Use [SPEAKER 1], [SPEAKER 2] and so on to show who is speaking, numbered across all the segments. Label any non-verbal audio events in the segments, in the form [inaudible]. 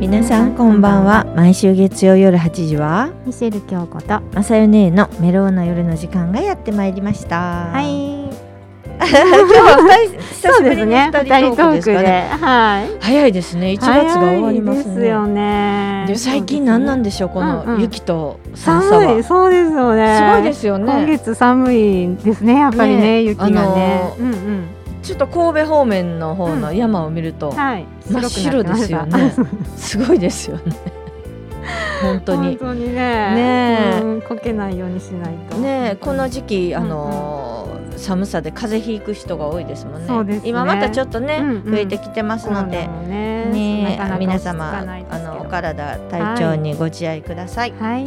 [SPEAKER 1] 皆さんこんばんは毎週月曜夜8時は
[SPEAKER 2] ミシェル京子とは
[SPEAKER 1] まさよ姉のメロウな夜の時間がやってまいりましたはい
[SPEAKER 2] い
[SPEAKER 1] 今日は二人久
[SPEAKER 2] そ
[SPEAKER 1] し
[SPEAKER 2] う
[SPEAKER 1] ぶ
[SPEAKER 2] です
[SPEAKER 1] りに
[SPEAKER 2] ね
[SPEAKER 1] 二
[SPEAKER 2] 二
[SPEAKER 1] 人
[SPEAKER 2] 人
[SPEAKER 1] ト
[SPEAKER 2] ト
[SPEAKER 1] ーク
[SPEAKER 2] ー
[SPEAKER 1] で
[SPEAKER 2] ク
[SPEAKER 1] す
[SPEAKER 2] で
[SPEAKER 1] かね
[SPEAKER 2] はい
[SPEAKER 1] 早いですね1月が終わります
[SPEAKER 2] 早い
[SPEAKER 1] ね
[SPEAKER 2] ですよね
[SPEAKER 1] で最近何なんでしょうこ
[SPEAKER 2] うん
[SPEAKER 1] の
[SPEAKER 2] うん
[SPEAKER 1] 雪と寒さは、
[SPEAKER 2] 寒いそうですよね
[SPEAKER 1] すごいですすよ
[SPEAKER 2] 今
[SPEAKER 1] ね
[SPEAKER 2] 月寒いですねやっぱり
[SPEAKER 1] ね
[SPEAKER 2] ね雪がね
[SPEAKER 1] あのー
[SPEAKER 2] うんうん
[SPEAKER 1] ちょっと神戸方面の方の山を見ると、
[SPEAKER 2] はい
[SPEAKER 1] 真っ白
[SPEAKER 2] 白くな
[SPEAKER 1] で
[SPEAKER 2] ってます
[SPEAKER 1] よ
[SPEAKER 2] [laughs]
[SPEAKER 1] ねすごいですよね本当に
[SPEAKER 2] 本当にね
[SPEAKER 1] ねえ
[SPEAKER 2] うんこけないようにしないと
[SPEAKER 1] ねえこの時期、
[SPEAKER 2] うん
[SPEAKER 1] あのー寒さで風邪ひく人が多いですもんね
[SPEAKER 2] そうですね
[SPEAKER 1] 今またちょっとね、
[SPEAKER 2] うんうん
[SPEAKER 1] 増えてきてますので、
[SPEAKER 2] そうね
[SPEAKER 1] ねえ
[SPEAKER 2] なかなか
[SPEAKER 1] 皆
[SPEAKER 2] 落ち着
[SPEAKER 1] 様
[SPEAKER 2] かないで
[SPEAKER 1] あ
[SPEAKER 2] すけど
[SPEAKER 1] のお体体調にご自愛ください、
[SPEAKER 2] はい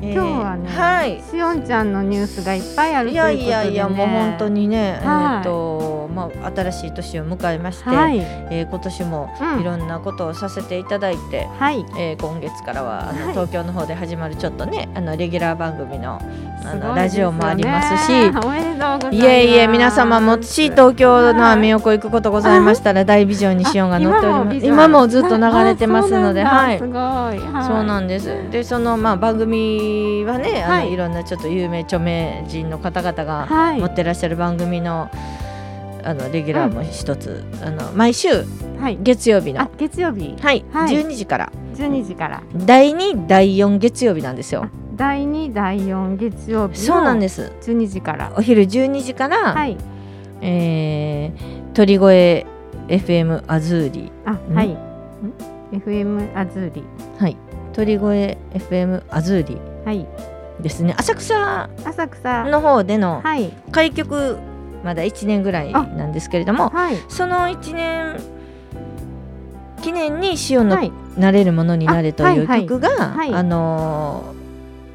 [SPEAKER 1] えー
[SPEAKER 2] 今日はね
[SPEAKER 1] はい
[SPEAKER 2] しおんちゃんのニュースがいっぱいあると
[SPEAKER 1] い
[SPEAKER 2] いうこ
[SPEAKER 1] や
[SPEAKER 2] とで、
[SPEAKER 1] いや
[SPEAKER 2] ね、
[SPEAKER 1] いやもう本当にね、
[SPEAKER 2] はい
[SPEAKER 1] えっ、とまあ新しい年を迎えまして、
[SPEAKER 2] はい、うん、
[SPEAKER 1] えー今年もいろんなことをさせていただいて、
[SPEAKER 2] はい
[SPEAKER 1] えー今月からはあの
[SPEAKER 2] はい
[SPEAKER 1] 東京の方で始まるちょっとねあのレギュラー番組の
[SPEAKER 2] すご
[SPEAKER 1] あ
[SPEAKER 2] いです
[SPEAKER 1] の
[SPEAKER 2] よね
[SPEAKER 1] ラジオもありますし
[SPEAKER 2] おめでとうございます
[SPEAKER 1] いえいえ皆様もし東京のアメ横行くことございましたら大ビジョンにしおんが載っております
[SPEAKER 2] あ
[SPEAKER 1] 今もずっと流れてますのでは
[SPEAKER 2] あ
[SPEAKER 1] い
[SPEAKER 2] そうなんだすごい、はい、
[SPEAKER 1] そうなんですでそのまあ番組はねあ
[SPEAKER 2] は
[SPEAKER 1] の
[SPEAKER 2] い
[SPEAKER 1] いろんなちょっと有名著名人の方々が
[SPEAKER 2] はい
[SPEAKER 1] 持ってらっしゃる番組のあのレギュラーも一つあの毎週
[SPEAKER 2] はい
[SPEAKER 1] 月曜日の
[SPEAKER 2] あ月曜日
[SPEAKER 1] はい
[SPEAKER 2] はい
[SPEAKER 1] 12時から
[SPEAKER 2] 十二時から
[SPEAKER 1] 第2第4月曜日なんですよ
[SPEAKER 2] 第二第四月曜日
[SPEAKER 1] そうなんですす
[SPEAKER 2] 十二時から
[SPEAKER 1] お昼12時から、
[SPEAKER 2] はい
[SPEAKER 1] えー、鳥越 FM アズーリ
[SPEAKER 2] あ
[SPEAKER 1] ん
[SPEAKER 2] はい FM アズーリ
[SPEAKER 1] はい鳥越 FM アズーリ
[SPEAKER 2] はい
[SPEAKER 1] ですね浅草
[SPEAKER 2] 浅草
[SPEAKER 1] の方での
[SPEAKER 2] はい
[SPEAKER 1] 開局まだ1年ぐらいなんですけれども
[SPEAKER 2] はい
[SPEAKER 1] その1年記念に「塩
[SPEAKER 2] は
[SPEAKER 1] の
[SPEAKER 2] い
[SPEAKER 1] なれるものになれ」という
[SPEAKER 2] あはいはい
[SPEAKER 1] 曲が、
[SPEAKER 2] はい
[SPEAKER 1] あのー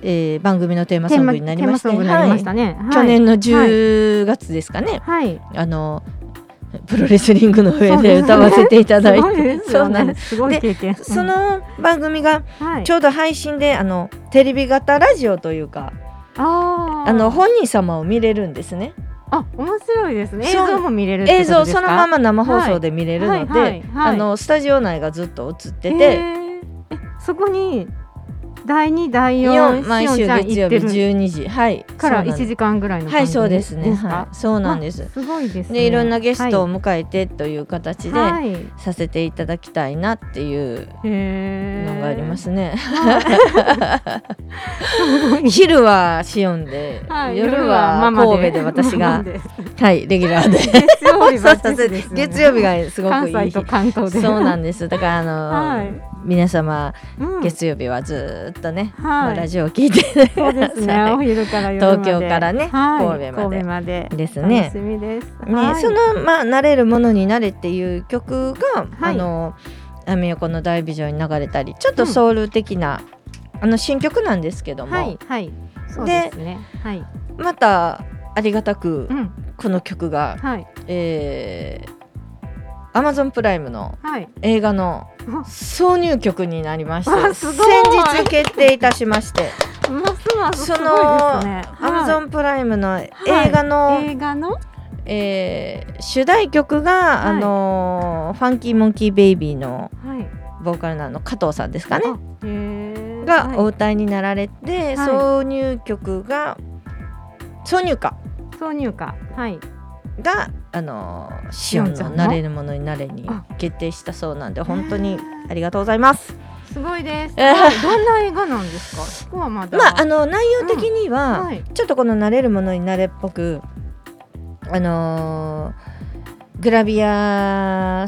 [SPEAKER 1] えー番組のテーマ
[SPEAKER 2] テ
[SPEAKER 1] ソ
[SPEAKER 2] ー
[SPEAKER 1] ン
[SPEAKER 2] マ
[SPEAKER 1] グ
[SPEAKER 2] テ
[SPEAKER 1] になり
[SPEAKER 2] ー
[SPEAKER 1] ま
[SPEAKER 2] マ
[SPEAKER 1] して
[SPEAKER 2] ソングになりました
[SPEAKER 1] はい
[SPEAKER 2] ねはい
[SPEAKER 1] 去年の10月ですかね、
[SPEAKER 2] はい
[SPEAKER 1] あのプロレスリングの上で歌わせていただい
[SPEAKER 2] そう
[SPEAKER 1] て
[SPEAKER 2] ですよ
[SPEAKER 1] なんで
[SPEAKER 2] ねすごい経験
[SPEAKER 1] すその番組が
[SPEAKER 2] はい
[SPEAKER 1] ちょうど配信であのテレビ型ラジオというか
[SPEAKER 2] あー
[SPEAKER 1] あの本人様を見れるんですね
[SPEAKER 2] あ面白いですね映
[SPEAKER 1] そう
[SPEAKER 2] 像も見れるって
[SPEAKER 1] 映
[SPEAKER 2] こと
[SPEAKER 1] 像
[SPEAKER 2] です
[SPEAKER 1] そ
[SPEAKER 2] か
[SPEAKER 1] のまま生放送で見れるの
[SPEAKER 2] はいはい
[SPEAKER 1] で
[SPEAKER 2] はい
[SPEAKER 1] あのスタジオ内がずっと映って
[SPEAKER 2] へ
[SPEAKER 1] て
[SPEAKER 2] ーえそこに第二第四
[SPEAKER 1] 4毎週
[SPEAKER 2] しおんちゃん
[SPEAKER 1] 月
[SPEAKER 2] 行
[SPEAKER 1] 曜
[SPEAKER 2] っ
[SPEAKER 1] 日
[SPEAKER 2] てる
[SPEAKER 1] 12時はい
[SPEAKER 2] から
[SPEAKER 1] そうなん
[SPEAKER 2] 一
[SPEAKER 1] です
[SPEAKER 2] 時間ぐらいの
[SPEAKER 1] はいそうですね
[SPEAKER 2] か
[SPEAKER 1] はいそうなんです
[SPEAKER 2] すごいですね
[SPEAKER 1] でいろんなゲストを
[SPEAKER 2] はい
[SPEAKER 1] 迎えてという形で
[SPEAKER 2] はい
[SPEAKER 1] させていただきたいなっていう
[SPEAKER 2] へー
[SPEAKER 1] のがありますね
[SPEAKER 2] すごい
[SPEAKER 1] [laughs] 昼はシオンで、
[SPEAKER 2] はい
[SPEAKER 1] 夜は
[SPEAKER 2] ママ
[SPEAKER 1] 神戸で私
[SPEAKER 2] マ
[SPEAKER 1] が
[SPEAKER 2] マ、で
[SPEAKER 1] はい、レギュラーで
[SPEAKER 2] 月曜日
[SPEAKER 1] [laughs] そう
[SPEAKER 2] は
[SPEAKER 1] させて
[SPEAKER 2] ですよね
[SPEAKER 1] 月曜日がすごく
[SPEAKER 2] 関
[SPEAKER 1] い
[SPEAKER 2] 西
[SPEAKER 1] い
[SPEAKER 2] と関東
[SPEAKER 1] 日
[SPEAKER 2] で
[SPEAKER 1] そうなんんですだからあの、
[SPEAKER 2] はい
[SPEAKER 1] 皆様
[SPEAKER 2] うん
[SPEAKER 1] 月曜日はずーっとね、
[SPEAKER 2] はい
[SPEAKER 1] ラジオを聞いてくださ
[SPEAKER 2] そ
[SPEAKER 1] いう
[SPEAKER 2] ですねお昼から夜まで
[SPEAKER 1] 東京からね
[SPEAKER 2] はい
[SPEAKER 1] 神戸まで
[SPEAKER 2] 神戸まで
[SPEAKER 1] です
[SPEAKER 2] 楽
[SPEAKER 1] ね
[SPEAKER 2] しみです
[SPEAKER 1] ね、
[SPEAKER 2] はい
[SPEAKER 1] そのまあ慣れるものになれっていう曲が、
[SPEAKER 2] はい
[SPEAKER 1] あのアメ横の大ビジョンに流れたりちょっと
[SPEAKER 2] うん
[SPEAKER 1] ソウル的な、あの新曲なんですけども、
[SPEAKER 2] はいはいそうですねはい
[SPEAKER 1] またありがたく
[SPEAKER 2] うん
[SPEAKER 1] この曲が、
[SPEAKER 2] はい
[SPEAKER 1] えー、Amazon プライムの
[SPEAKER 2] はい
[SPEAKER 1] 映画の
[SPEAKER 2] あ
[SPEAKER 1] 挿入曲になりまして
[SPEAKER 2] あ
[SPEAKER 1] 先
[SPEAKER 2] すごい
[SPEAKER 1] 日決定いたしまして
[SPEAKER 2] ますますす
[SPEAKER 1] そ
[SPEAKER 2] ごいですね
[SPEAKER 1] の
[SPEAKER 2] はい
[SPEAKER 1] Amazon プライムの映画の、
[SPEAKER 2] 映画の
[SPEAKER 1] えー主題曲が、
[SPEAKER 2] はい
[SPEAKER 1] あのーファンキーモンキーベイビーの
[SPEAKER 2] はい
[SPEAKER 1] ボーカルなの加藤さんですかね
[SPEAKER 2] あへー
[SPEAKER 1] がお
[SPEAKER 2] はい
[SPEAKER 1] 歌いになられて、
[SPEAKER 2] い
[SPEAKER 1] 挿入曲が挿入歌
[SPEAKER 2] 挿入歌はい
[SPEAKER 1] があのーシオンの「なれるものになれ」に決定したそうなんで本当にありがとうございます。
[SPEAKER 2] すご
[SPEAKER 1] [laughs]
[SPEAKER 2] いです
[SPEAKER 1] えー
[SPEAKER 2] はいどんな映画なんで
[SPEAKER 1] [laughs]
[SPEAKER 2] すかそこはまだ
[SPEAKER 1] まあ、あの内容的には、
[SPEAKER 2] はい
[SPEAKER 1] ちょっとこの「なれるものになれ」っぽくあのーグラビア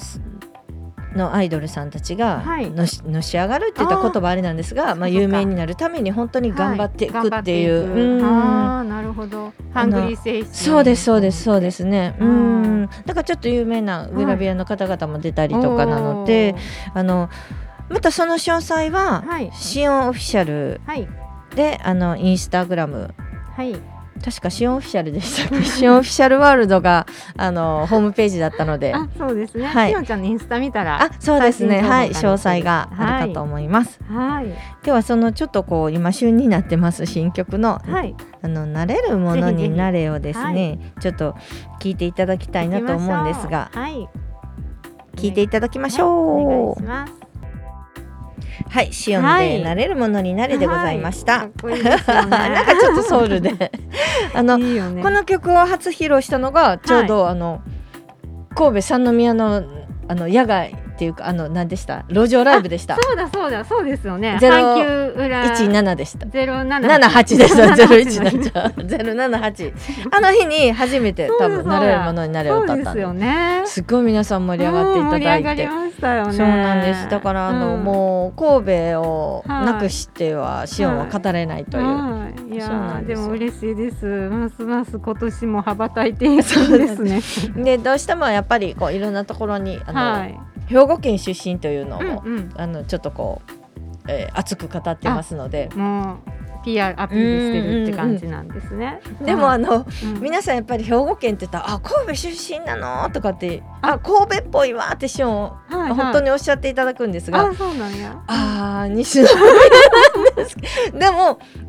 [SPEAKER 1] のアイドルさんたちが
[SPEAKER 2] はい
[SPEAKER 1] のし,、のし上がるって言ったら言葉あれなんですが
[SPEAKER 2] ー
[SPEAKER 1] まあ、
[SPEAKER 2] そうか
[SPEAKER 1] 有名になるために本当に頑張っていく
[SPEAKER 2] は
[SPEAKER 1] っていう,う
[SPEAKER 2] 頑
[SPEAKER 1] ん、
[SPEAKER 2] 張っていくああなるほどハングリー精神
[SPEAKER 1] そうですそうですそうですすねう
[SPEAKER 2] うん
[SPEAKER 1] んだからちょっと有名なグラビアの方々も出たりとかなので、あのまたその詳細は、
[SPEAKER 2] はい
[SPEAKER 1] シオンオフィシャル
[SPEAKER 2] はい
[SPEAKER 1] であのインスタグラム
[SPEAKER 2] はい
[SPEAKER 1] 確かシオンオフィシャルでした
[SPEAKER 2] [laughs]
[SPEAKER 1] っけシオンオフィシャルワールドがあのホームページだったので
[SPEAKER 2] あそうですね
[SPEAKER 1] はい
[SPEAKER 2] しおんちゃんのインスタ見たら
[SPEAKER 1] あそうですねはい
[SPEAKER 2] 最新情報
[SPEAKER 1] 詳
[SPEAKER 2] が
[SPEAKER 1] 細
[SPEAKER 2] 載ってる
[SPEAKER 1] があるかと思います、
[SPEAKER 2] はい
[SPEAKER 1] ではそのちょっとこう今旬になってます新曲の「
[SPEAKER 2] はい
[SPEAKER 1] あのなれるものになれ」をですね
[SPEAKER 2] ぜ
[SPEAKER 1] ちょっと聞いていただきたいなと思うんですが
[SPEAKER 2] はい
[SPEAKER 1] 聞いていただきましょう、
[SPEAKER 2] お願いします
[SPEAKER 1] はい、シオン
[SPEAKER 2] は
[SPEAKER 1] で
[SPEAKER 2] い
[SPEAKER 1] なれるものになれでございまし
[SPEAKER 2] は
[SPEAKER 1] た
[SPEAKER 2] いかっ。こいいですよね。
[SPEAKER 1] なんかちょっとソウルで [laughs] あの、
[SPEAKER 2] いいよね。
[SPEAKER 1] この曲を初披露したのがちょうど、あの神戸三宮のあの野外っていうかあの何でした路上ライブでした
[SPEAKER 2] そうだそうだそうですよね。
[SPEAKER 1] ゼロ
[SPEAKER 2] 阪急裏
[SPEAKER 1] 17でした
[SPEAKER 2] ゼロ七
[SPEAKER 1] 七八でしたゼロ一になっち
[SPEAKER 2] ゃ
[SPEAKER 1] ゃうゼロ七八あの日に初めて多分
[SPEAKER 2] そうだ
[SPEAKER 1] な
[SPEAKER 2] そうだ
[SPEAKER 1] れるものになれを
[SPEAKER 2] そう
[SPEAKER 1] 歌っ
[SPEAKER 2] で
[SPEAKER 1] たん
[SPEAKER 2] す
[SPEAKER 1] で
[SPEAKER 2] よね。
[SPEAKER 1] すっごい皆さん盛り上がっていただいて
[SPEAKER 2] うん盛り上がりましたよね。
[SPEAKER 1] そうなんですだからあの、
[SPEAKER 2] うん
[SPEAKER 1] もう神戸をなくしてはシオンは
[SPEAKER 2] はい
[SPEAKER 1] 語れないという、
[SPEAKER 2] はい、いや
[SPEAKER 1] そうなんで
[SPEAKER 2] ーです
[SPEAKER 1] よ
[SPEAKER 2] も嬉しいです。ますます今年も羽ばたいていく
[SPEAKER 1] [laughs]
[SPEAKER 2] んですね。
[SPEAKER 1] でどうしてもやっぱりこういろんなところにあの、
[SPEAKER 2] はい。
[SPEAKER 1] 兵庫県出身というの
[SPEAKER 2] うん
[SPEAKER 1] も、
[SPEAKER 2] うん。
[SPEAKER 1] あのちょっとこう、えー熱く語ってますので
[SPEAKER 2] もう PR アピールしてるって感じなんですね。
[SPEAKER 1] でもあの
[SPEAKER 2] うん
[SPEAKER 1] 皆さんやっぱり兵庫県って言ったら「あ神戸出身なの?」とかって「あ神戸っぽいわ」ってシオン
[SPEAKER 2] はいはい
[SPEAKER 1] 本当におっしゃっていただくんですが、
[SPEAKER 2] あそうなんや。
[SPEAKER 1] あー西宮なんですでも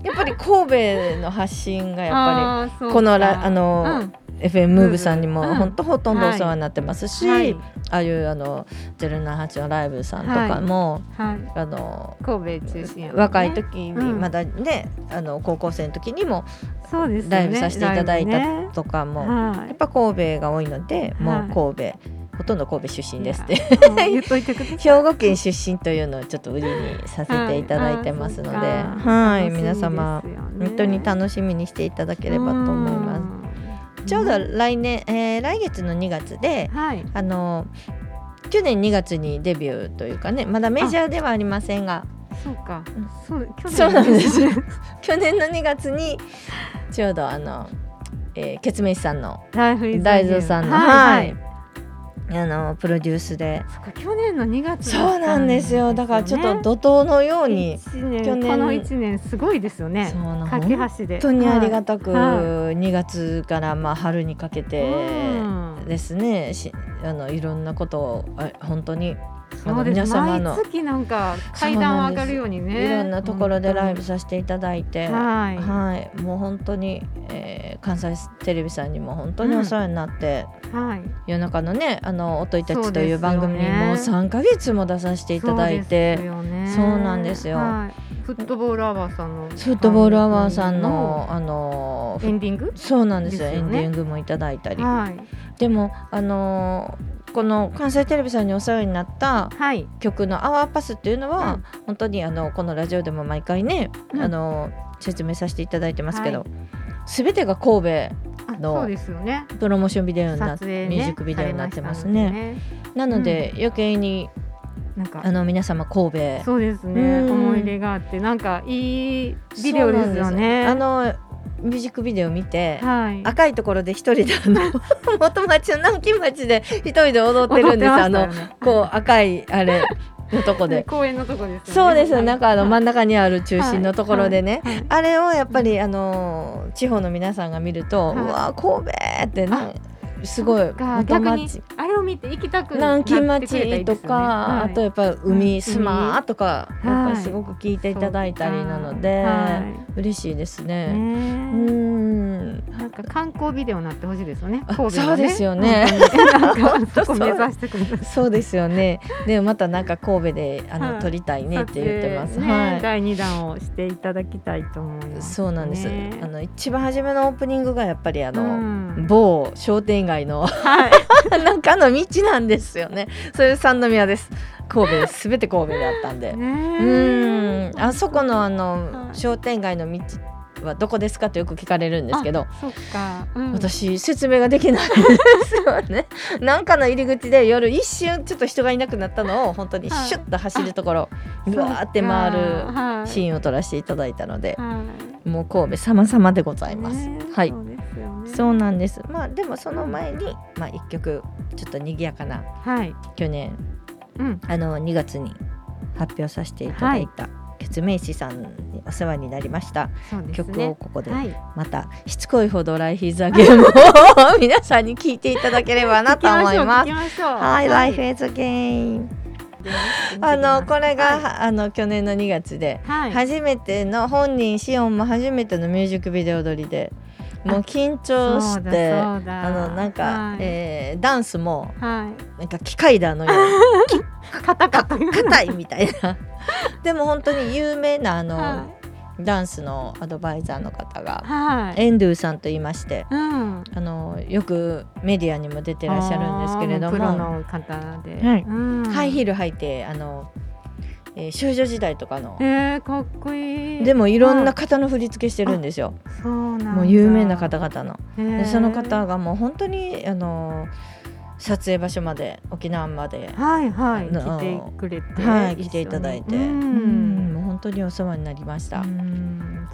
[SPEAKER 1] やっぱり神戸の発信がやっぱ
[SPEAKER 2] やっぱ
[SPEAKER 1] りこのラあの、FM ムーブさんにも
[SPEAKER 2] うん
[SPEAKER 1] 本当ほとんどお世話になってますし、
[SPEAKER 2] はい
[SPEAKER 1] ああいうあの078のライブさんとかも、
[SPEAKER 2] はい
[SPEAKER 1] あの
[SPEAKER 2] 神戸中心やもんね
[SPEAKER 1] 若い時に
[SPEAKER 2] うん
[SPEAKER 1] まだね、あの高校生の時にも
[SPEAKER 2] そうですよね
[SPEAKER 1] ライブさせていただい
[SPEAKER 2] ライブ
[SPEAKER 1] た
[SPEAKER 2] ね
[SPEAKER 1] とかも、
[SPEAKER 2] は
[SPEAKER 1] やっぱ神戸が多いのでも
[SPEAKER 2] はいう
[SPEAKER 1] 神戸、ほとんど神戸出身
[SPEAKER 2] い。
[SPEAKER 1] ですって
[SPEAKER 2] いや。言っといてくださ
[SPEAKER 1] [laughs]
[SPEAKER 2] い。
[SPEAKER 1] 兵庫県出身というのをちょっと売りにさせていただいてますので、
[SPEAKER 2] はいあーそっ
[SPEAKER 1] [laughs]
[SPEAKER 2] か
[SPEAKER 1] はい
[SPEAKER 2] 楽しみ
[SPEAKER 1] 皆
[SPEAKER 2] ですよね
[SPEAKER 1] 様本当に楽しみにしていただければと思います。
[SPEAKER 2] うん
[SPEAKER 1] ちょうど来年、えー来月の2月で、
[SPEAKER 2] はい。
[SPEAKER 1] あの去年2月にデビューというかねまだメジャーではありませんが
[SPEAKER 2] そうか。そう去年
[SPEAKER 1] そうなんですよ去年の2月にちょうどあの、えー、ケツメイシさんの
[SPEAKER 2] [laughs] ライフイズ
[SPEAKER 1] 大蔵さんの、
[SPEAKER 2] はい、はい
[SPEAKER 1] はいあのプロデュースで
[SPEAKER 2] そっか去年の2月
[SPEAKER 1] そうなんですよだからちょっと怒涛のように、
[SPEAKER 2] 一年
[SPEAKER 1] 去年
[SPEAKER 2] この一年すごいですよね
[SPEAKER 1] そうな
[SPEAKER 2] 架
[SPEAKER 1] の
[SPEAKER 2] け
[SPEAKER 1] 本
[SPEAKER 2] 橋で
[SPEAKER 1] 当にありが
[SPEAKER 2] と
[SPEAKER 1] たく、
[SPEAKER 2] は
[SPEAKER 1] 2月からまあ春にかけて
[SPEAKER 2] うん
[SPEAKER 1] ですねしあのいろんなことをあ本当にあの
[SPEAKER 2] そうで
[SPEAKER 1] 皆
[SPEAKER 2] す
[SPEAKER 1] 様
[SPEAKER 2] 毎
[SPEAKER 1] の
[SPEAKER 2] 月なんか階段を上がるようにね
[SPEAKER 1] いろんなところでライブさせていただいて、
[SPEAKER 2] はい
[SPEAKER 1] はい、もう本当に、えー関西テレビさんにも本当にお世話になって、
[SPEAKER 2] はい
[SPEAKER 1] 夜中のね「あの音いた
[SPEAKER 2] そ
[SPEAKER 1] ち」
[SPEAKER 2] う
[SPEAKER 1] と
[SPEAKER 2] ですよね
[SPEAKER 1] いう番組にもう3か月も出させていただい
[SPEAKER 2] そうです
[SPEAKER 1] て
[SPEAKER 2] よね
[SPEAKER 1] そうなんですよ
[SPEAKER 2] はいフットボールアワーさんの
[SPEAKER 1] フットボールアワーさんのあの
[SPEAKER 2] エンディング
[SPEAKER 1] そうなんですよ
[SPEAKER 2] です
[SPEAKER 1] エ
[SPEAKER 2] よ
[SPEAKER 1] ン
[SPEAKER 2] ね
[SPEAKER 1] ディングもいただいたり、
[SPEAKER 2] はい
[SPEAKER 1] でもあのこの関西テレビさんにお世話になった
[SPEAKER 2] はい
[SPEAKER 1] 曲の「アワーパス」っていうのは、
[SPEAKER 2] うん
[SPEAKER 1] 本当にあのこのラジオでも毎回ね、
[SPEAKER 2] うん
[SPEAKER 1] あの説明させていただいてますけど、全てが神
[SPEAKER 2] あ
[SPEAKER 1] の
[SPEAKER 2] そうですよね
[SPEAKER 1] 戸プロモーションビデオになっ
[SPEAKER 2] 撮
[SPEAKER 1] て、
[SPEAKER 2] 影ね
[SPEAKER 1] ミュージックビデオになってますね
[SPEAKER 2] されしたので
[SPEAKER 1] なので、余計に
[SPEAKER 2] なんか
[SPEAKER 1] あの皆様神戸
[SPEAKER 2] そうですね、
[SPEAKER 1] うん
[SPEAKER 2] 思い入れがあってなんかいい
[SPEAKER 1] そう
[SPEAKER 2] ビデオで
[SPEAKER 1] なん
[SPEAKER 2] すよね
[SPEAKER 1] あのミュージックビデオ見て、
[SPEAKER 2] はい
[SPEAKER 1] 赤いところで一人であ
[SPEAKER 2] [laughs]
[SPEAKER 1] の元町の南京町で一人で踊ってるんです、あ
[SPEAKER 2] 踊って
[SPEAKER 1] の
[SPEAKER 2] ましたよね
[SPEAKER 1] こう赤いあれのとこ
[SPEAKER 2] [laughs]
[SPEAKER 1] で
[SPEAKER 2] 公園のとこですよ
[SPEAKER 1] そ
[SPEAKER 2] ね
[SPEAKER 1] うですなんかあの
[SPEAKER 2] はい
[SPEAKER 1] 真ん中にある中心のところでね、
[SPEAKER 2] はいはい
[SPEAKER 1] あれをやっぱりあのー地方の皆さんが見ると、
[SPEAKER 2] はいう
[SPEAKER 1] わ神戸ってねすごい
[SPEAKER 2] そっか
[SPEAKER 1] 元
[SPEAKER 2] 逆に
[SPEAKER 1] 町
[SPEAKER 2] あれを見て行きたくなっ
[SPEAKER 1] 南
[SPEAKER 2] てく
[SPEAKER 1] 京
[SPEAKER 2] れたらいいで
[SPEAKER 1] 町と
[SPEAKER 2] すよね
[SPEAKER 1] か、
[SPEAKER 2] は
[SPEAKER 1] あ
[SPEAKER 2] い
[SPEAKER 1] とやっぱ海、
[SPEAKER 2] うん
[SPEAKER 1] スマーとか、
[SPEAKER 2] 海
[SPEAKER 1] やっぱりすごく聞いていただいたりなので、
[SPEAKER 2] は
[SPEAKER 1] 嬉しいです
[SPEAKER 2] い
[SPEAKER 1] ね。うー
[SPEAKER 2] ね
[SPEAKER 1] ん
[SPEAKER 2] えなんか観光ビデオになってほしいですよね
[SPEAKER 1] あ
[SPEAKER 2] 神戸
[SPEAKER 1] そ
[SPEAKER 2] のね
[SPEAKER 1] うですよね
[SPEAKER 2] 本当になんかそ
[SPEAKER 1] そう
[SPEAKER 2] こ目指してくれた
[SPEAKER 1] そうですよね。でまたなんか神戸であの、
[SPEAKER 2] はい
[SPEAKER 1] 撮りたいねって言ってます。
[SPEAKER 2] 撮影
[SPEAKER 1] は
[SPEAKER 2] ね
[SPEAKER 1] い。
[SPEAKER 2] 第二弾をしていただきたいと思います
[SPEAKER 1] そうなんです。
[SPEAKER 2] ね
[SPEAKER 1] あの一番初めのオープニングがやっぱりあの、
[SPEAKER 2] うん
[SPEAKER 1] 某商店街の [laughs]
[SPEAKER 2] はい
[SPEAKER 1] 中の道なんですよね。それ三宮です。神戸です。べて神戸だったんで。う
[SPEAKER 2] ねえ
[SPEAKER 1] ーん。あそこのあの、
[SPEAKER 2] はい
[SPEAKER 1] 商店街の道はどこですかとよく聞かれるんですけど、
[SPEAKER 2] そっか、うん
[SPEAKER 1] 私説明ができ [laughs] ないですよね。なんかの入り口で夜一瞬ちょっと人がいなくなったのを本当に
[SPEAKER 2] はい
[SPEAKER 1] シュッと走るところ、
[SPEAKER 2] そう
[SPEAKER 1] う
[SPEAKER 2] か
[SPEAKER 1] わーって回る
[SPEAKER 2] はい
[SPEAKER 1] シーンを撮らせていただいたので、
[SPEAKER 2] はい
[SPEAKER 1] もう神戸様々でございます。
[SPEAKER 2] ね
[SPEAKER 1] はい。
[SPEAKER 2] そうですよね。
[SPEAKER 1] そうなんです。まあでもその前に、まあ一曲ちょっと賑やかな
[SPEAKER 2] はい。
[SPEAKER 1] 去年
[SPEAKER 2] うん。
[SPEAKER 1] あの2月に発表させていただいた、ケツメイシさんにお世話になりました、
[SPEAKER 2] そうですね。
[SPEAKER 1] 曲をここで
[SPEAKER 2] はい。
[SPEAKER 1] またしつこいほどライフイズアゲームを皆さんに聞いていただければなと思いま
[SPEAKER 2] 聞
[SPEAKER 1] す
[SPEAKER 2] き。ましょう。
[SPEAKER 1] はい、ライフ
[SPEAKER 2] はい
[SPEAKER 1] イズゲーム。あ
[SPEAKER 2] あ
[SPEAKER 1] の
[SPEAKER 2] の
[SPEAKER 1] これが、
[SPEAKER 2] は
[SPEAKER 1] あの去年の2月で
[SPEAKER 2] い。はい。
[SPEAKER 1] 初めての本人シオンも初めてのミュージックビデオ撮りでもう緊張
[SPEAKER 2] そう
[SPEAKER 1] し
[SPEAKER 2] だ
[SPEAKER 1] て
[SPEAKER 2] そうだ
[SPEAKER 1] あのなんか、
[SPEAKER 2] はい
[SPEAKER 1] えーダンスも
[SPEAKER 2] は
[SPEAKER 1] なんか機械だの
[SPEAKER 2] [laughs]
[SPEAKER 1] ように
[SPEAKER 2] いカタカタ
[SPEAKER 1] 硬いみたいな [laughs] でも本当に有名なあの、
[SPEAKER 2] は
[SPEAKER 1] ダンスのアドバイザーの方
[SPEAKER 2] い
[SPEAKER 1] が
[SPEAKER 2] はい
[SPEAKER 1] エンドゥさんと言いまして
[SPEAKER 2] うん
[SPEAKER 1] あのよくメディアにも出てらっしゃるんですけれど
[SPEAKER 2] あープロ
[SPEAKER 1] も
[SPEAKER 2] の方で、
[SPEAKER 1] はい
[SPEAKER 2] うん
[SPEAKER 1] ハイヒール履いてあの、えー少女時代とかの
[SPEAKER 2] えー、かっこいい
[SPEAKER 1] でもいろんな
[SPEAKER 2] は
[SPEAKER 1] 方の振り付けしてるんですよ、
[SPEAKER 2] いそうなんだ
[SPEAKER 1] もう有名な方々の。
[SPEAKER 2] へ
[SPEAKER 1] で
[SPEAKER 2] ー
[SPEAKER 1] その方がもう本当にあの撮影場所まで沖縄まで、
[SPEAKER 2] はいはい
[SPEAKER 1] あの
[SPEAKER 2] 来てくれて、
[SPEAKER 1] はい、
[SPEAKER 2] 一緒に
[SPEAKER 1] 来ていただいて、
[SPEAKER 2] う
[SPEAKER 1] うん
[SPEAKER 2] ん
[SPEAKER 1] もう本当にお世話になりました。
[SPEAKER 2] うん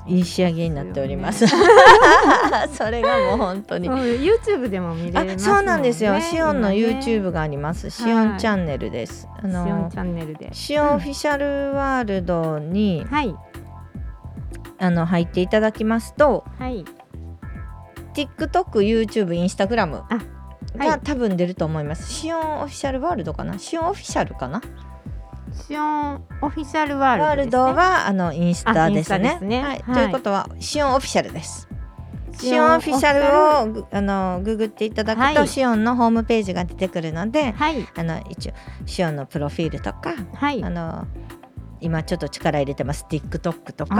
[SPEAKER 1] いい仕上げになっております。
[SPEAKER 2] そ
[SPEAKER 1] [laughs] それがもう本当に。
[SPEAKER 2] う YouTube でも見れますもんね
[SPEAKER 1] あ、そうなんですよ。シオンの
[SPEAKER 2] 今
[SPEAKER 1] YouTube
[SPEAKER 2] ね
[SPEAKER 1] があります。シ
[SPEAKER 2] は
[SPEAKER 1] オ
[SPEAKER 2] い
[SPEAKER 1] ンチャンネルです。あ
[SPEAKER 2] シオン
[SPEAKER 1] の
[SPEAKER 2] チャンネルで
[SPEAKER 1] シオンフィシャルワールドに
[SPEAKER 2] はい
[SPEAKER 1] あの入っていただきますと、
[SPEAKER 2] はい
[SPEAKER 1] TikTok、YouTube、Instagram
[SPEAKER 2] あは
[SPEAKER 1] が
[SPEAKER 2] い
[SPEAKER 1] 多分出ると思います。シオンオフィシャルワールドかな？シオンオフィシャルかな？
[SPEAKER 2] シオンオフィシャルワ
[SPEAKER 1] ワー
[SPEAKER 2] ー
[SPEAKER 1] ル
[SPEAKER 2] ルドです、ね、
[SPEAKER 1] ドはあのインスタ
[SPEAKER 2] あ
[SPEAKER 1] です
[SPEAKER 2] インスタ
[SPEAKER 1] ね。
[SPEAKER 2] ですね
[SPEAKER 1] はい。
[SPEAKER 2] はい
[SPEAKER 1] ということはシオンオフィシャルです。シ
[SPEAKER 2] シ
[SPEAKER 1] オ
[SPEAKER 2] オ
[SPEAKER 1] ン
[SPEAKER 2] ン
[SPEAKER 1] オ
[SPEAKER 2] オ
[SPEAKER 1] フ
[SPEAKER 2] フ
[SPEAKER 1] ィ
[SPEAKER 2] ィ
[SPEAKER 1] シ
[SPEAKER 2] シ
[SPEAKER 1] ャ
[SPEAKER 2] ャル
[SPEAKER 1] ルをぐあのググっていただくと、
[SPEAKER 2] はい
[SPEAKER 1] シオンのホームページが出てくるので
[SPEAKER 2] はい
[SPEAKER 1] あの一応シオンのプロフィールとか
[SPEAKER 2] はい
[SPEAKER 1] あの今ちょっと力入れてます TikTok とか、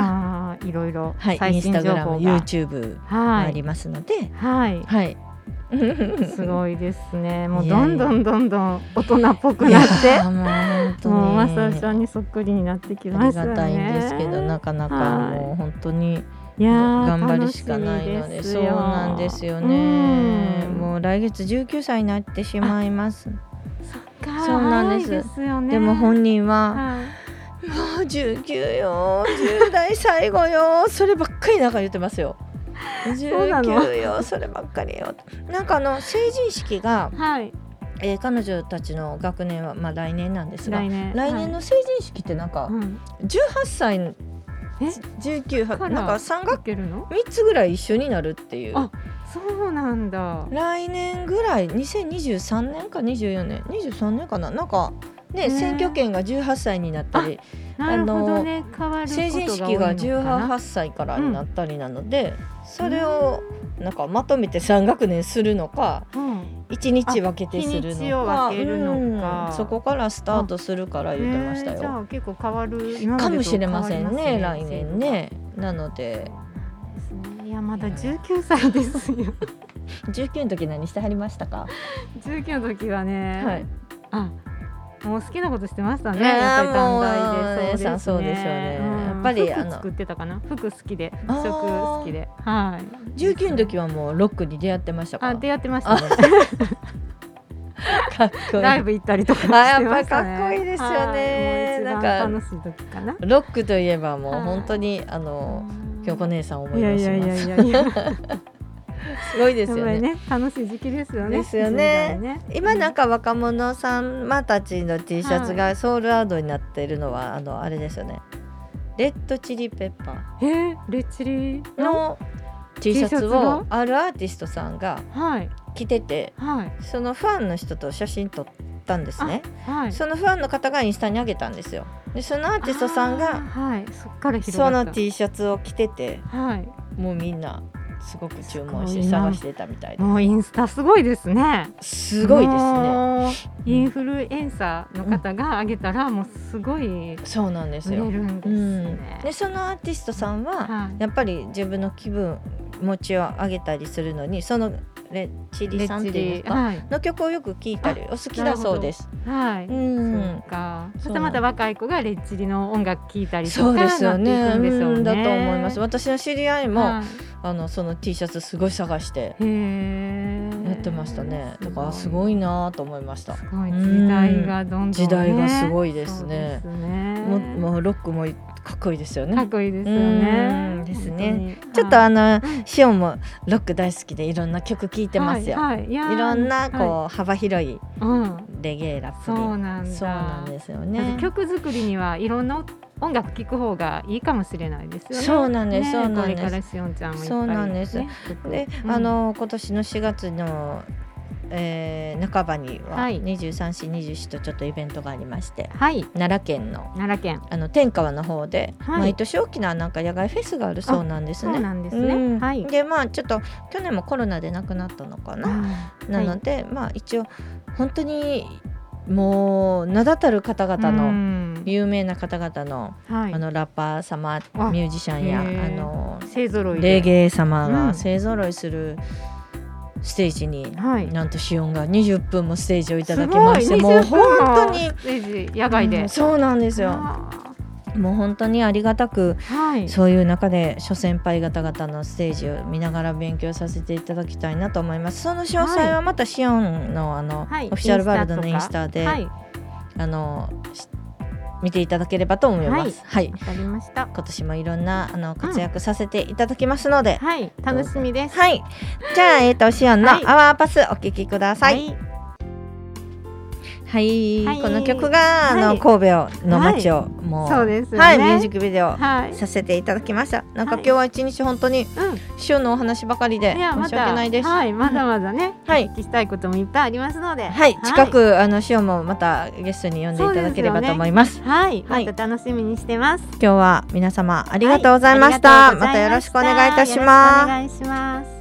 [SPEAKER 2] あーいろいろ
[SPEAKER 1] はい、イ
[SPEAKER 2] 最
[SPEAKER 1] ンス
[SPEAKER 2] 新
[SPEAKER 1] タグ
[SPEAKER 2] 情
[SPEAKER 1] ラム
[SPEAKER 2] 報が
[SPEAKER 1] YouTube も
[SPEAKER 2] は
[SPEAKER 1] あ
[SPEAKER 2] い
[SPEAKER 1] りますので、
[SPEAKER 2] はい [laughs]
[SPEAKER 1] はい、
[SPEAKER 2] すごいですね。もう
[SPEAKER 1] いやいや
[SPEAKER 2] どんどんどんどん大人っぽく
[SPEAKER 1] いや
[SPEAKER 2] なって、
[SPEAKER 1] ーもう本当に
[SPEAKER 2] もうマサちゃんにそっくりになってき
[SPEAKER 1] あ
[SPEAKER 2] ま
[SPEAKER 1] り
[SPEAKER 2] した
[SPEAKER 1] が
[SPEAKER 2] ね。
[SPEAKER 1] たいんですけどなかなか
[SPEAKER 2] はい
[SPEAKER 1] もう本当に
[SPEAKER 2] いやー
[SPEAKER 1] 頑張るしかないの
[SPEAKER 2] 楽し
[SPEAKER 1] で
[SPEAKER 2] みす
[SPEAKER 1] そ
[SPEAKER 2] よ
[SPEAKER 1] うなんですよね
[SPEAKER 2] うん
[SPEAKER 1] もう来月19歳になってしまいます
[SPEAKER 2] そっか
[SPEAKER 1] そうなんです
[SPEAKER 2] 早いですよね。
[SPEAKER 1] でも本人は、
[SPEAKER 2] はい
[SPEAKER 1] もう19よ10代最後よそればっかりなんか言ってますよ
[SPEAKER 2] うなの
[SPEAKER 1] 19よそればっかりよなんかあの成人式が、
[SPEAKER 2] はい
[SPEAKER 1] えー彼女たちの学年は、まあ、来年なんですが
[SPEAKER 2] 来年
[SPEAKER 1] 来年の成人式ってなんか
[SPEAKER 2] はいうん
[SPEAKER 1] 18歳19は
[SPEAKER 2] から
[SPEAKER 1] なんか3
[SPEAKER 2] か
[SPEAKER 1] 学
[SPEAKER 2] けるの？
[SPEAKER 1] 3つぐらい一緒になるっていう
[SPEAKER 2] あそうなんだ。
[SPEAKER 1] 来年ぐらい2023年か24年23年かななんかね
[SPEAKER 2] ね
[SPEAKER 1] 選挙権が18歳になったり
[SPEAKER 2] なるほどね変わることが多
[SPEAKER 1] 成
[SPEAKER 2] いのかな。
[SPEAKER 1] 人式が18歳からになったりなので、それをなんかまとめて3学年するのか
[SPEAKER 2] うん
[SPEAKER 1] 1日分けてする
[SPEAKER 2] あ日にち
[SPEAKER 1] の
[SPEAKER 2] を
[SPEAKER 1] か
[SPEAKER 2] 分けるのか
[SPEAKER 1] うんそこからスタートするから言ってました
[SPEAKER 2] えーじゃ
[SPEAKER 1] よ。
[SPEAKER 2] あ結構変わる今までと
[SPEAKER 1] かもしれませんね
[SPEAKER 2] 変わり
[SPEAKER 1] 来
[SPEAKER 2] ます
[SPEAKER 1] 年ね。なので
[SPEAKER 2] そうなんですねいやまだ19歳ですよ。 [laughs]
[SPEAKER 1] 19の時何してはりましたか、
[SPEAKER 2] 19の時はね、
[SPEAKER 1] はい、
[SPEAKER 2] あもう好きなことしてましたね。
[SPEAKER 1] ねえ
[SPEAKER 2] やっぱり短
[SPEAKER 1] もう
[SPEAKER 2] 大で
[SPEAKER 1] 姉さんそうですよねやっぱりあ
[SPEAKER 2] 服
[SPEAKER 1] の
[SPEAKER 2] 作ってたかな。服好きで
[SPEAKER 1] あー
[SPEAKER 2] 服飾好きで、はい。
[SPEAKER 1] 19の時はもうロックに出会ってましたか
[SPEAKER 2] あ
[SPEAKER 1] か
[SPEAKER 2] 出会ってましたね。
[SPEAKER 1] っこいい
[SPEAKER 2] [laughs] ライブ行ったりとかして
[SPEAKER 1] あ
[SPEAKER 2] ました
[SPEAKER 1] やっ
[SPEAKER 2] ね。
[SPEAKER 1] ぱりかっこいいですよね
[SPEAKER 2] はいもう
[SPEAKER 1] なんか
[SPEAKER 2] 一番楽しい時かな。
[SPEAKER 1] ロックといえばもう
[SPEAKER 2] はい
[SPEAKER 1] 本当にあ [laughs] の京子姉さんを思い
[SPEAKER 2] いや
[SPEAKER 1] 出
[SPEAKER 2] い
[SPEAKER 1] し
[SPEAKER 2] やい
[SPEAKER 1] ま
[SPEAKER 2] や
[SPEAKER 1] す
[SPEAKER 2] いやいや。
[SPEAKER 1] すごいです
[SPEAKER 2] やっ
[SPEAKER 1] よ
[SPEAKER 2] ぱ
[SPEAKER 1] ね
[SPEAKER 2] りね楽しい時期ですよね。
[SPEAKER 1] ですよね
[SPEAKER 2] 10代ね
[SPEAKER 1] 今なんか若者さんまたちの T シャツがソウルアードになっているのは、あのあれですよねレッドチリペッパ
[SPEAKER 2] えー、レッチリ
[SPEAKER 1] ーの T シャツ
[SPEAKER 2] T シャ
[SPEAKER 1] を
[SPEAKER 2] ツ
[SPEAKER 1] あるアーティストさんが
[SPEAKER 2] はい
[SPEAKER 1] 着てて
[SPEAKER 2] はい
[SPEAKER 1] そのファンの人と写真撮ったんですね
[SPEAKER 2] はい。
[SPEAKER 1] そのファンの方がインスタに上げたんですよでそのアーティストさん
[SPEAKER 2] あー
[SPEAKER 1] が
[SPEAKER 2] はいそっから広が
[SPEAKER 1] そ
[SPEAKER 2] った
[SPEAKER 1] の T シャツを着てて
[SPEAKER 2] はい
[SPEAKER 1] もうみんなすごく注文し
[SPEAKER 2] すご
[SPEAKER 1] て
[SPEAKER 2] いな
[SPEAKER 1] 探してたみたいで
[SPEAKER 2] もうインスタすごいですね
[SPEAKER 1] すごいですね
[SPEAKER 2] ねインフルエンサーの方が上げたらもうすごい売
[SPEAKER 1] そうなんです
[SPEAKER 2] れ
[SPEAKER 1] よ
[SPEAKER 2] るんです
[SPEAKER 1] う
[SPEAKER 2] ね、
[SPEAKER 1] ん、でそのアーティストさんは、
[SPEAKER 2] はい
[SPEAKER 1] やっぱり自分の気分持ちを上げたりするのにそのレチリさんっていうんですか
[SPEAKER 2] はい
[SPEAKER 1] の曲をよく聴いたりお好きだそうです。
[SPEAKER 2] はい、
[SPEAKER 1] うん
[SPEAKER 2] そっか
[SPEAKER 1] そう
[SPEAKER 2] そしてまた若い子がレッチリの音楽聴いたりとか
[SPEAKER 1] そうですよね
[SPEAKER 2] なっていくんでしょう
[SPEAKER 1] う
[SPEAKER 2] ね
[SPEAKER 1] んだと思います私の知り合いも、
[SPEAKER 2] はい
[SPEAKER 1] あのその T シャツすごい探して
[SPEAKER 2] へえ
[SPEAKER 1] やってましたね、だからす
[SPEAKER 2] い
[SPEAKER 1] ごいなと思いました
[SPEAKER 2] すごい時代がどんどん、ね、
[SPEAKER 1] 時代がすごいですね
[SPEAKER 2] そうですね
[SPEAKER 1] もうもうロックもかっこいいですよ
[SPEAKER 2] か
[SPEAKER 1] ね
[SPEAKER 2] っこいいですよね
[SPEAKER 1] うん。です
[SPEAKER 2] 本
[SPEAKER 1] ね
[SPEAKER 2] 当に
[SPEAKER 1] ちょっと
[SPEAKER 2] は
[SPEAKER 1] あ
[SPEAKER 2] い
[SPEAKER 1] のシオンもロック大好きでいろんな曲聴いてますよ、
[SPEAKER 2] はいはい、いや
[SPEAKER 1] い
[SPEAKER 2] ー
[SPEAKER 1] ろんなこう、、幅広い
[SPEAKER 2] はい
[SPEAKER 1] レゲエラッ
[SPEAKER 2] うん、
[SPEAKER 1] プ
[SPEAKER 2] そ
[SPEAKER 1] に
[SPEAKER 2] うなんだ。
[SPEAKER 1] そうなんですよ
[SPEAKER 2] だっ
[SPEAKER 1] ね
[SPEAKER 2] て。曲作りにはいろんな音楽聴く方がいいかもしれないですよね。
[SPEAKER 1] そうなんです
[SPEAKER 2] ね
[SPEAKER 1] そうなんです
[SPEAKER 2] これからしおんちゃんもいっぱい、ね、
[SPEAKER 1] そうなんです
[SPEAKER 2] 曲
[SPEAKER 1] で、
[SPEAKER 2] うん
[SPEAKER 1] あの今年の4月のえー半ばには
[SPEAKER 2] はい
[SPEAKER 1] 23市24とちょっとイベントがありまして
[SPEAKER 2] はい
[SPEAKER 1] 奈良県の
[SPEAKER 2] 奈良県
[SPEAKER 1] あの天川の方で、
[SPEAKER 2] はい
[SPEAKER 1] 毎年大きななんか野外フェスがあるそうなんです
[SPEAKER 2] そう
[SPEAKER 1] ね。
[SPEAKER 2] なんですね、
[SPEAKER 1] うん
[SPEAKER 2] はい
[SPEAKER 1] でまあちょっと去年もコロナでなくなったのかな、なので、まあ一応本当にもう名だたる方々の、
[SPEAKER 2] の
[SPEAKER 1] 有名な方々の,、
[SPEAKER 2] はい、
[SPEAKER 1] あのラッパー様
[SPEAKER 2] あ
[SPEAKER 1] ミュージシャンやあ
[SPEAKER 2] へー
[SPEAKER 1] の
[SPEAKER 2] 勢ぞろいで
[SPEAKER 1] レゲエ様
[SPEAKER 2] う
[SPEAKER 1] が
[SPEAKER 2] ん
[SPEAKER 1] 勢ぞろいするステージに、
[SPEAKER 2] はい
[SPEAKER 1] なんとシオンが20分もステージをいただきましてもう
[SPEAKER 2] すごい20分の
[SPEAKER 1] 本当に
[SPEAKER 2] ステージ野外で、
[SPEAKER 1] うんそうなんですよ
[SPEAKER 2] あ
[SPEAKER 1] もう本当にありがたく
[SPEAKER 2] ーはい
[SPEAKER 1] そういう中で諸先輩方々のステージを見ながら勉強させていただきたいなと思いますその詳細はまたシオンのあの、
[SPEAKER 2] はい
[SPEAKER 1] オフィシャルワールドのインスタで、
[SPEAKER 2] はいわ
[SPEAKER 1] あのし見ていただければと思います。はい
[SPEAKER 2] かりました
[SPEAKER 1] 今年もいろんなあの活躍させていただきますので、
[SPEAKER 2] はい楽しみです
[SPEAKER 1] はい、じゃあえっ、とシオンの
[SPEAKER 2] はい
[SPEAKER 1] アワーパスお聞きください。
[SPEAKER 2] い
[SPEAKER 1] はい、
[SPEAKER 2] はい
[SPEAKER 1] この曲が、あ
[SPEAKER 2] は
[SPEAKER 1] の
[SPEAKER 2] い
[SPEAKER 1] 神戸の街を、もう
[SPEAKER 2] そうですよね
[SPEAKER 1] はいミュージックビデオ
[SPEAKER 2] はい、
[SPEAKER 1] させていただきました。なんか
[SPEAKER 2] は
[SPEAKER 1] 今
[SPEAKER 2] い
[SPEAKER 1] 日は一日本当に
[SPEAKER 2] うん
[SPEAKER 1] シオンのお話ばかりで
[SPEAKER 2] いやま
[SPEAKER 1] 申し訳
[SPEAKER 2] だ
[SPEAKER 1] ないです。
[SPEAKER 2] はい、まだまだね、
[SPEAKER 1] はい
[SPEAKER 2] お聞きしたいこともいっぱいありますので、
[SPEAKER 1] はい、近く、あのシオンもまたゲストに呼んでいただければと思います。
[SPEAKER 2] はい、
[SPEAKER 1] はい
[SPEAKER 2] また楽しみにしてます。
[SPEAKER 1] 今日は皆様ありがとうございました。
[SPEAKER 2] はいあり
[SPEAKER 1] また
[SPEAKER 2] がとう
[SPEAKER 1] よ
[SPEAKER 2] ござ
[SPEAKER 1] ろしくお願いいたし
[SPEAKER 2] よろ
[SPEAKER 1] ま
[SPEAKER 2] く
[SPEAKER 1] す
[SPEAKER 2] お。願いします。